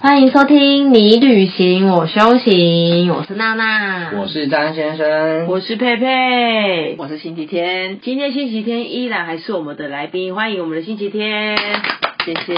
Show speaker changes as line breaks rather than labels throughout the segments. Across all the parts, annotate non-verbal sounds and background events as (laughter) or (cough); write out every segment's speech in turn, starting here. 欢迎收听《你旅行我修行》，我是娜娜，
我是张先生，
我是佩佩，
我是星期天。
今天星期天依然还是我们的来宾，欢迎我们的星期天，
谢谢。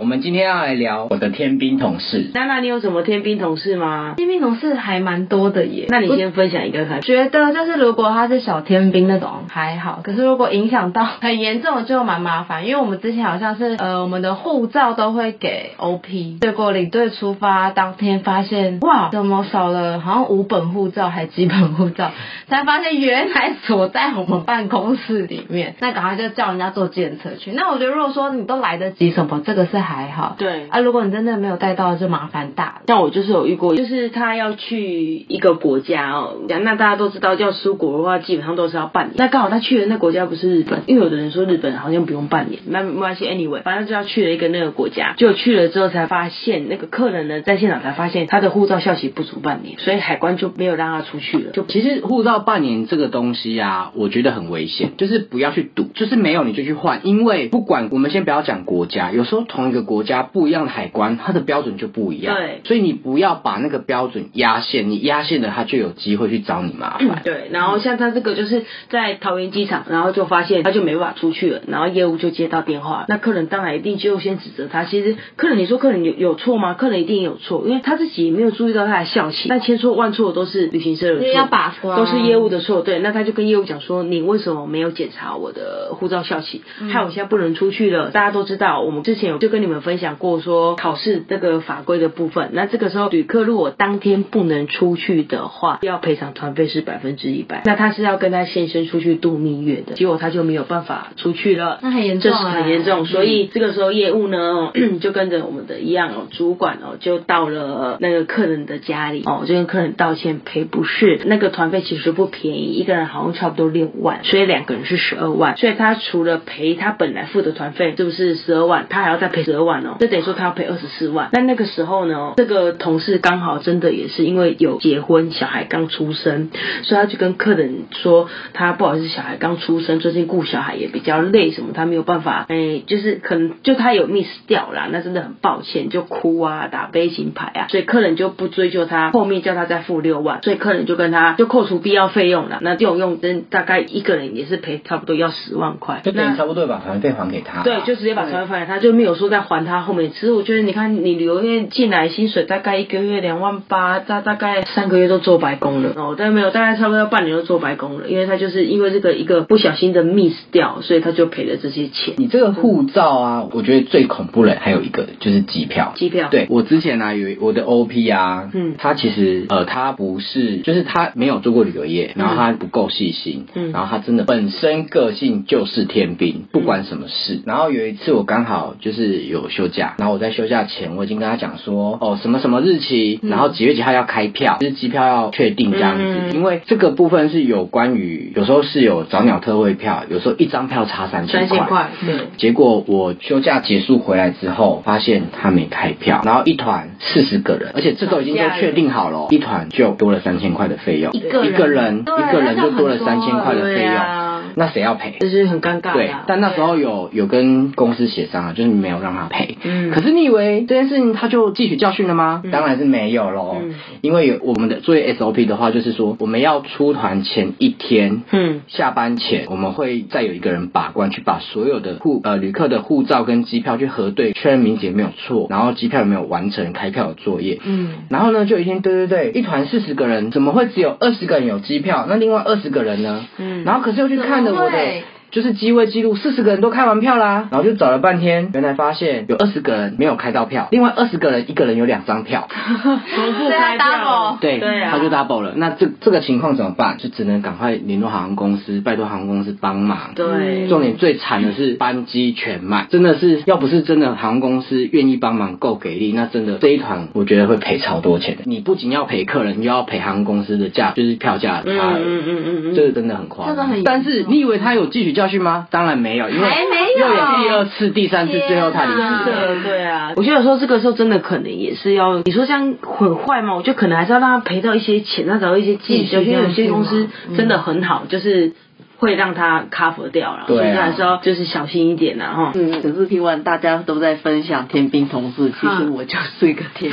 我们今天要来聊我的天兵同事。
娜娜，你有什么天兵同事吗？
天兵同事还蛮多的耶。
那你先分享一个看
我。觉得就是如果他是小天兵那种还好，可是如果影响到很严重就蛮麻烦，因为我们之前好像是呃我们的护照都会给 OP，结果领队出发当天发现哇怎么少了好像五本护照还几本护照，才发现原来锁在我们办公室里面，那赶快就叫人家坐计程车去。那我觉得如果说你都来得及什么，这个是还好。
对，
啊，如果你真的没有带到，就麻烦大了。
像我就是有遇过，就是他要去一个国家哦，那大家都知道要出国的话，基本上都是要半年。那刚好他去的那国家不是日本，因为有的人说日本好像不用半年，那没关系，anyway，反正就要去了一个那个国家，就去了之后才发现，那个客人呢在现场才发现他的护照效期不足半年，所以海关就没有让他出去了。就
其实护照半年这个东西啊，我觉得很危险，就是不要去赌，就是没有你就去换，因为不管我们先不要讲国家，有时候同一个国家不一样的海关，它的标准就不一样，
对
所以你不要把那个标准压线，你压线了，他就有机会去找你麻烦。
嗯对，然后像他这个就是在桃园机场，然后就发现他就没办法出去了，然后业务就接到电话，那客人当然一定就先指责他。其实客人，你说客人有有错吗？客人一定有错，因为他自己也没有注意到他的效期。那千错万错都是旅行社的
因
错，
为要把关
都是业务的错。对，那他就跟业务讲说，你为什么没有检查我的护照效期，害我现在不能出去了。大家都知道，我们之前有就跟你们分享过说考试这个法规的部分。那这个时候旅客如果当天不能出去的话，要赔偿团费是百分之一百。那他是要跟他先生出去度蜜月的，结果他就没有办法出去了。
那很严重
这是
啊
很严重。嗯所以这个时候业务呢， (clears throat) 就跟着我们的一样哦，主管哦，就到了那个客人的家里哦，就跟客人道歉赔不是。那个团费其实不便宜，一个人好像差不多六万，所以两个人是十二万。所以他除了赔他本来付的团费是不是十二万，他还要再赔十二万哦，这等于说他要赔二十四万。那那个时候呢，这个同事刚好真的也是因为有结婚，小孩刚出生，所以他就跟客人说，他不好意思，小孩刚出生，最近顾小孩也比较累，什么他没有办法，哎、就是可能就他有 miss 掉啦，那真的很抱歉，就哭啊，打悲情牌啊，所以客人就不追究他，后面叫他再付六万，所以客人就跟他就扣除必要费用了，那这种用真大概一个人也是赔差不多要十万块，
就等
那
于差不多把团费还给他、
对，就直接把船翻给他，就没有说再还他后面。其实我觉得，你看你旅游业进来薪水大概一个月两万八，大大概三个月都做白工了哦，但没有，大概差不多要半年都做白工了，因为他就是因为这个一个不小心的 miss 掉，所以他就赔了这些钱。
你这个护照啊，我觉得最恐怖的还有一个就是机票。
机票
对我之前啊，有我的 OP 啊，
嗯
他其实呃，他不是，就是他没有做过旅游业，然后他不够细心，
嗯
然后他真的本身个性就是天兵，不管什么事。然后有一次我刚好就是有休假，然后我在休假前我已经跟他讲说，哦什么什么日期，然后几月几号要开票，就是机票要确定这样子，
嗯
因为这个部分是有关于有时候是有早鸟特惠票，有时候一张票差三
三
千
千
块。
块，对，
结果我休假结束回来之后，发现他没开票，然后一团四十个人，而且这都已经都确定好了哦，一团就多了三千块的费用，
一个人
一个人
对
一个人
那就
就
很
多了
多
三千块的费
对
用，
啊
那谁要赔？
这是很 (laughs) 尴尬的
对
啊、，
但那时候有有跟公司协商啊，就是没有让他赔。
嗯
可是你以为这件事情他就汲取教训了吗？当然是没有喽，
嗯
因为有我们的作业 SOP 的话，就是说我们要出团前一天，
嗯
下班前我们会再有一个人把关，去把所有的护呃旅客的护照跟机票去核对，确认名字有没有错，然后机票有没有完成开票的作业。
嗯，
然后呢，就有一天，对对对，一团四十个人，怎么会只有二十个人有机票？那另外二十个人呢？
嗯
然后可是又去看了我
怎么
的
会。
就是机位记录，四十个人都开完票啦，然后就找了半天，原来发现有二十个人没有开到票，另外二十个人一个人有两张票，
重复
对
开
啊
票，
对，
(laughs) 对啊，
他就 double 了。那这这个情况怎么办？就只能赶快联络航空公司，拜托航空公司帮忙。
对，
重点最惨的是班机全满，真的是要不是真的航空公司愿意帮忙够给力，那真的这一团我觉得会赔超多钱的。你不仅要赔客人，又要赔航空公司的价，就是票价的
嗯
差额。
嗯嗯嗯嗯，
这个真的很夸
这个很
张，
严
但是
重
你以为他有汲取教训吗？当然没有，因为
还没有啊
又有第二次、第三次，最后他离职
对
了。
啊对啊，我觉得有时候这个时候真的可能也是要，你说这样很坏嘛？我觉得可能还是要让他赔到一些钱，让他找到一些技
继续
巧，因为有些公
下去
司
嘛嗯
真的很好，就是。会让它 cover 掉了，
对啊
所以还是要就是小心一点啦哈。
嗯，可是听完大家都在分享天兵同志，其实
嗯
我就是个天兵，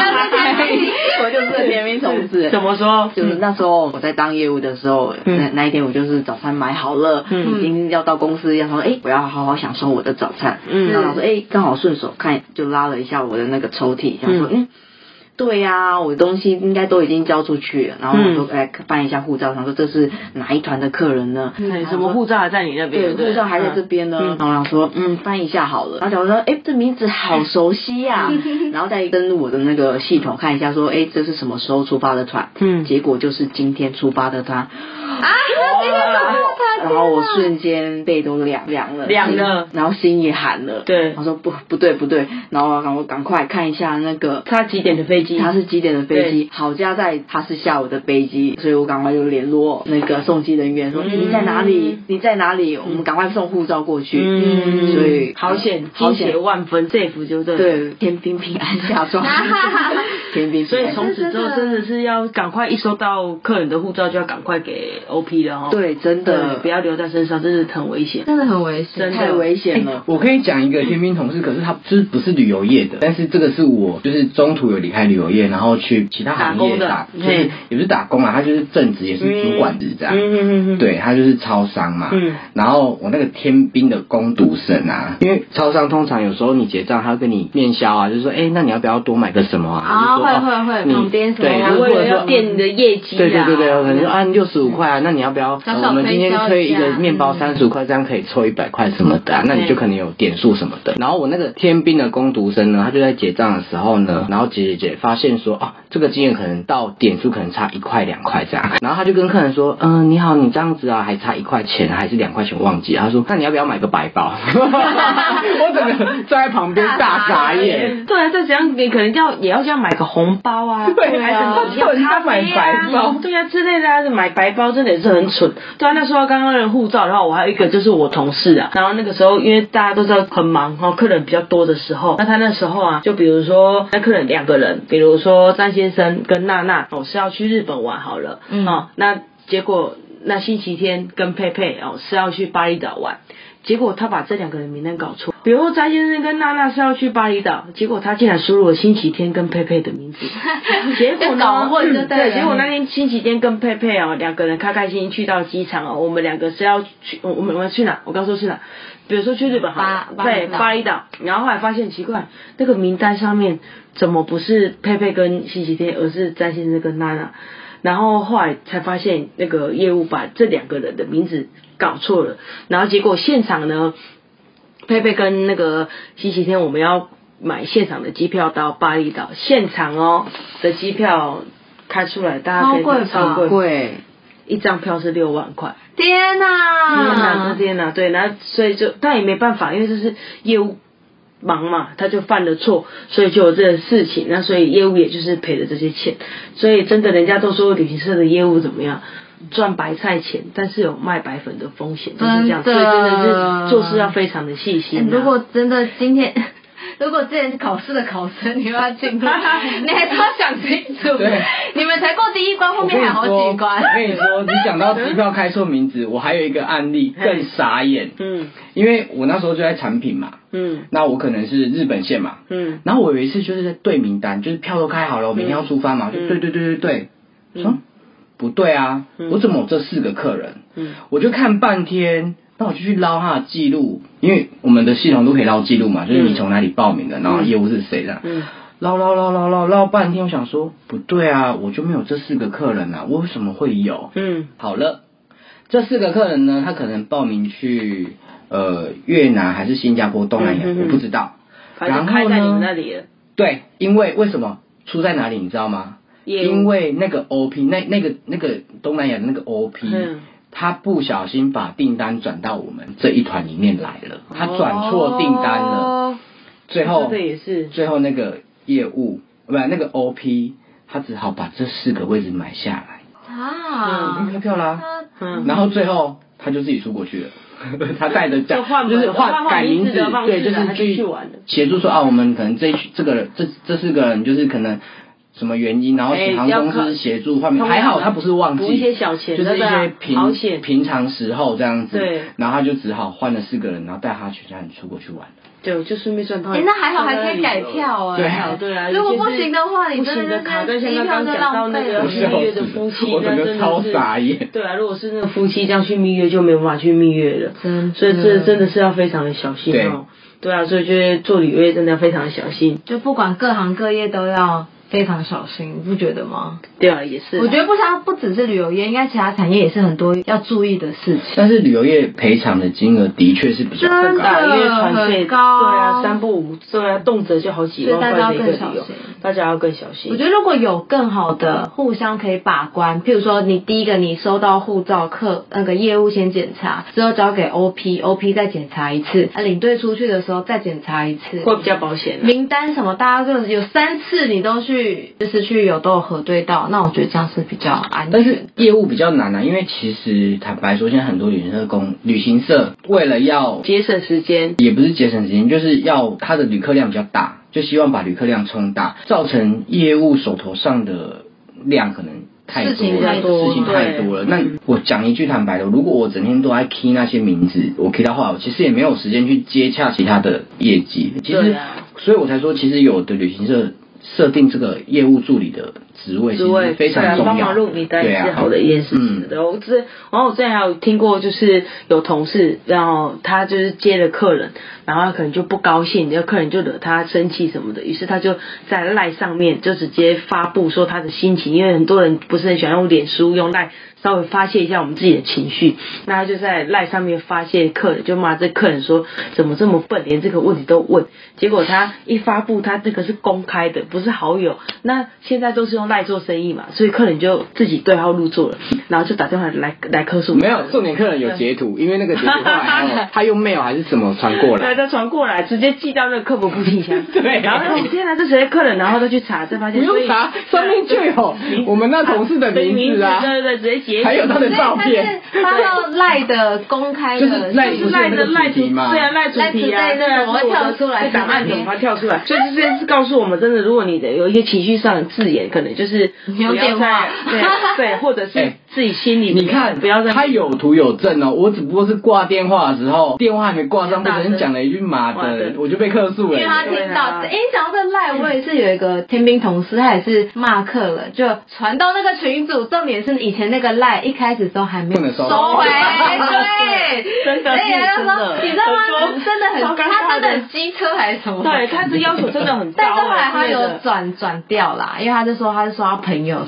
(laughs) 我就是个天兵
嗯 (laughs)
同志。
怎么说？
就是那时候我在当业务的时候，
嗯
那那一天我就是早餐买好了，
嗯
已经要到公司，要说哎、我要好好享受我的早餐。
嗯
然后说哎、刚好顺手看，就拉了一下我的那个抽屉，想说
嗯
嗯。对呀、我的东西应该都已经交出去了，然后我
嗯
说哎来办一下护照，想说这是哪一团的客人呢？
哎什么护照还在你那
对，
边？
护照还在这边呢。
嗯
然后我想说，嗯，翻一下好了。然后想说，哎，这名字好熟悉呀、 (laughs) 然后再登录我的那个系统看一下，说，哎，这是什么时候出发的团？
嗯
结果就是今天出发的团。
啊，今天怎么
然后我瞬间背都凉凉了，
凉了
心然后心也寒了。
对
我说不不对不对，然后赶我赶快看一下那个
他几点的飞机？
他是几点的飞机？好家在他是下午的飞机，所以我赶快就联络那个送机人员说、哎
嗯
你在哪里？你在哪里？我们赶快送护照过去。
嗯，
所以
好险，
好
鸡血
险，
万分，safe 就对了。
对，天兵平安下
(laughs)
庄，天兵平安。
所以从此之后真的是要赶快一收到客人的护照就要赶快给 OP 了哈。
对真
对
的
不要留在身上，真是很危险。
真的很危险，
真的
太危险了。
我可以讲一个天兵同事，可是他就是不是旅游业的，但是这个是我就是中途有离开旅游业，然后去其他行业
打
打，
工
就是
的
嗯
嘿
也不是打工啊，他就是正职也是主管职这样。
嗯嗯嗯嗯
对他就是超商嘛，
嗯
然后我那个天兵的工读生啊，因为超商通常有时候你结账，他会跟你面销啊，就是说，哎，那你要不要多买个什么啊？
啊
就是说
会
哦
会会
你
旁边什么
对，
啊
就
嗯，
是
为
或者
了
说
要垫你的业绩啊。
对对对对，可能说啊，六十五块啊，那你要不要？
小
呃
小
我们今天
推销
推
一
一
下
个面包三十五块，这样可以抽一百块什么的、啊，那你就可能有点数什么的。然后我那个天兵的工读生呢，他就在结账的时候呢，然后结结结，发现说啊，这个金额可能到点数可能差一块两块这样，然后他就跟客人说，嗯、你好，你这样子啊，还差一块钱还是两块钱，我忘记了。他说，那你要不要买个白包？ (laughs) 我整个站在旁边大傻眼。
对啊，再怎样你可能要也要要买个红包啊，
对
还
啊
是要
叫
咖啡
人家
啊
买白包
对啊之类的啊，买白包真的也是很蠢。对啊，那说到刚刚的护照的话，我还有一个就是我同事啊，然后那个时候因为大家都知道很忙哈，客人比较多的时候，那他那时候啊，就比如说那客人两个人，比如说张先生跟娜娜，我、是要去日本玩好了，
嗯
哦，那结果那星期天跟佩佩哦是要去巴厘岛玩。结果他把这两个人名单搞错，比如说张先生跟娜娜是要去巴厘岛，结果他竟然输入了星期天跟佩佩的名字，结果
就搞
呢？嗯
混就对了
对，结果那天星期天跟佩佩哦，两个人开开心心去到机场哦，我们两个是要去，我我们我们去哪？我刚说去哪？比如说去日本好了，
巴
对，
巴
巴厘岛。然后后来发现奇怪，那个名单上面怎么不是佩佩跟星期天，而是詹先生跟娜娜？然后后来才发现，那个业务把这两个人的名字搞错了，然后结果现场呢，佩佩跟那个星期天我们要买现场的机票到巴厘岛，现场哦的机票开出来，大家可
超
以
贵吧
超贵，
对，
一张票是六万块，
天
天
哪
哪，！天哪，对，然后所以就但也没办法，因为这是呃业务。忙嘛，他就犯了错，所以就有这个事情。那所以业务也就是赔了这些钱，所以真的人家都说旅行社的业务怎么样，赚白菜钱，但是有卖白粉的风险，就是这样。所
真
以
的
真的是做事要非常的细心、啊
啊哎如果真的今天，如果之前是考试的考生，你又要进入，你还是要想清楚
对。
你们才过第一关，后
我跟
面
你
还有好
说，
几关。
我跟你说，你讲到支票开错名字，我还有一个案
(laughs)
例更傻眼，
嗯
因为我那时候就在产品嘛，
嗯
那我可能是日本线嘛，
嗯
然后我有一次就是在对名单，就是票都开好了，我明天要出发嘛，我就
嗯
对对对对对，我说
嗯
不对啊，
嗯
我怎么有这四个客人？
嗯
我就看半天，那我就去捞他的记录，因为我们的系统都可以捞记录嘛，就是你从哪里报名的，然后业务是谁的，
嗯
捞捞捞捞捞捞半天，我想说不对啊，我就没有这四个客人啊，我为什么会有？
嗯
好了，这四个客人呢，他可能报名去呃越南还是新加坡、东南亚，
嗯嗯嗯
我不知道。
反正
然
开
后
在你们那
呢？
里了。
对，因为为什么出在哪里，你知道吗？
业务
因为那个 OP，那那个那个东南亚的那个 OP，、
嗯
他不小心把订单转到我们这一团里面来了，他转错订单了。
哦
最后
这个也是
最后那个业务不那个 OP，他只好把这四个位置买下来，已
啊
经开票啦、
他
嗯，
然后最后他就自己出国
(laughs)
去了，他带着
就
讲
换
就
门
是
换
换
换
改
名
名
字
字
的方，式
对，就
啦
是
他就去玩了
协助说啊，我们可能这一这个人这这四个人就是可能什么原因，然后
哎
请航空
要靠
公司协助换
通常
还好他不是旺季，
补一些小钱
就是一
对不对
些
好
平
险
平常时候这样子。
对
然后他就只好换了四个人，然后带他全家人出国去玩。
对，就顺便赚到。
哎、那还好还可以改。票哎、
对
啊对啊
如果不行的话，你
不
真
行的
的
卡，
是
跟像
机
刚
票
刚
就
讲到
浪
那
费
个
了。
蜜月的夫妻，
我
那
整个
真的
超
是
傻眼
对啊，如果是那个夫妻这样去蜜月，就没有办法去蜜月了。
真的
所以这真的是要非常的小心哦。对啊，所以就是做旅游业真的要非常的小心。
就不管各行各业都要非常小心，你不觉得吗？
对啊，也是啊。
我觉得不像不只是旅游业，应该其他产业也是很多要注意的事情。
但是旅游业赔偿的金额的确是比较
真的
高的。
大，因为团费
很高
对啊，三不五，对啊，动辄就好几万块的一个
所以大家要
旅
更小
游
心，
大家要更小心。
我觉得如果有更好的互相可以把关，譬如说你第一个你收到护照客那个业务先检查，之后交给 OP，OP 再检查一次，啊领队出去的时候再检查一次，
会比较保险啊。
名单什么大家就有三次你都去就是去有都有核对到，那我觉得这样是比较安全。
但是业务比较难啊，因为其实坦白说，现在很多旅行社公旅行社为了要
节省时间，
也不是节省时间，就是要它的旅客量比较大，就希望把旅客量冲大，造成业务手头上的量可能太多
事
了，
情太多
事情太多了。
对
那我讲一句坦白的，如果我整天都在 key 那些名字，我 key 的话，我其实也没有时间去接洽其他的业绩。其
对
实，
啊
所以我才说，其实有的旅行社设定这个业务助理的职位，
职位
非常重
对啊帮
要。
忙录名单
对
也
啊
是好的一件事情
嗯。
然后之，然后我之前还有听过，就是有同事，然后他就是接了客人，然后他可能就不高兴，然后客人就惹他生气什么的，于是他就在赖上面就直接发布说他的心情，因为很多人不是很喜欢用脸书用赖。稍微发泄一下我们自己的情绪，那他就在赖上面发泄客人，就骂这客人说怎么这么笨，连这个问题都问。结果他一发布，他这个是公开的，不是好友。那现在都是用赖做生意嘛，所以客人就自己对号入座了，然后就打电话来来客诉。
没有，重点客人有截图，因为那个截图后来还
(laughs)
有他用 mail 还是什么传过
对，
来，
再传过来，直接寄到那个客服部信箱。
(laughs) 对
然后他说天哪，这谁的客人？然后再去查，才发
不
现
用查
所以，
上面就有我们那同事的
对名
名字啊，
对对对，直接截
还有他的照片，
所以他是发到赖的公开的，
就是赖
就是赖的赖主
不是那个主题吗
对啊，赖主题啊，
赖主题
对啊，
我会跳出来
对档案怎么
旁边
会跳出来？所以这件事告诉我们，真的，如果你的有一些情绪上的字眼，可能就是不要
用电话
再对对，或者是
哎
自己心里
你看，
不要再
他有图有证哦，我只不过是挂电话的时候，电话还没挂上，不
大声
小心讲了一句妈
哇对
的，我就被客诉
因
了
为。他听到，
对啊
哎、你讲到这赖，我也是有一个天兵同事，他也是骂客了，就传到那个群组。重点是以前那个赖一开始都还没
不
有
能收
收回，哎对，
真的
所以他就说，
真的
你知道
很
吗
多？
真的
超
很，
尴尬的
他真的很机车还是什么？
对，他的要求真的很高
但
啊，
是后来他有
真的
转转掉啦，因为他就说他是说他朋 (laughs) 友，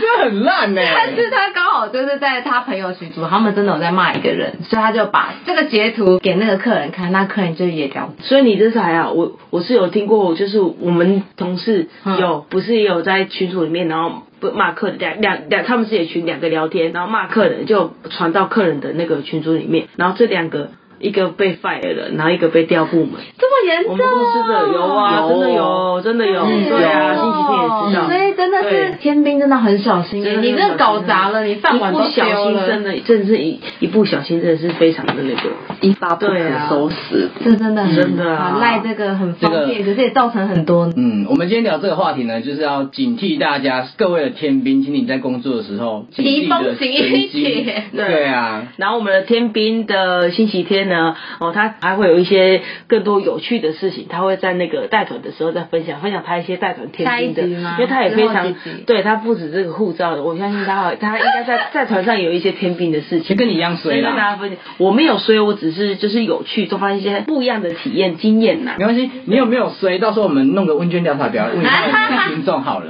这很烂呢、
但是他刚好就是在他朋友群组，他们真的有在骂一个人，所以他就把这个截图给那个客人看，那客人就也了
所以你这次还好，我我是有听过，就是我们同事
嗯
有、不是也有在群组里面，然后不骂客人两两两，他们自己的群两个聊天，然后骂客人就传到客人的那个群组里面，然后这两个一个被 fire 了，然后一个被调部门。
这么严重？
我们公司的有啊，
有哦
真的有，真的有，
嗯
对啊，
有
星期天也知道。
嗯所以真的是
对
天兵真的很小心
真
耶，
的
你这搞砸了，你饭碗
一
都
不小
丢
心真
了，
的，真的是一一不小心真的是非常的那个。
一发不
对
可
啊
收拾。
这真的很
真的啊
好赖这个很方
这
便，
个
可是也造成很多。
嗯，我们今天聊这个话题呢，就是要警惕大家各位的天兵，请你在工作的时候警惕
提防
你的
警一
神
点
经。对啊，
然后我们的天兵的星期天呢，哦，他还会有一些更多有趣的事情，他会在那个带团的时候再分享，分享他一些带团天兵的，
下一集吗
因为他也非
最
常
后几集
对他不止这个护照的，我相信他他应该在在团上有一些天兵的事
其实
情。
(laughs) 跟你一样
所以
衰
跟大
啦。
家分享，我没有衰，我只是就是有趣，多发现一些不一样的体验经
(laughs)
验呐
没。关系，你有没有衰？到时候我们弄个问卷调查表，问一下我们的听众好了。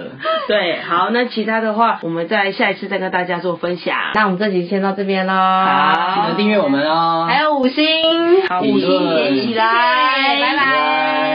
对，好，那其他的话，我们在下一次再跟大家做分享。
那我们这集先到这边喽，
记
啊
得订阅我们哦。
还有五星，
好
五星
谢谢
点起
来
拜拜。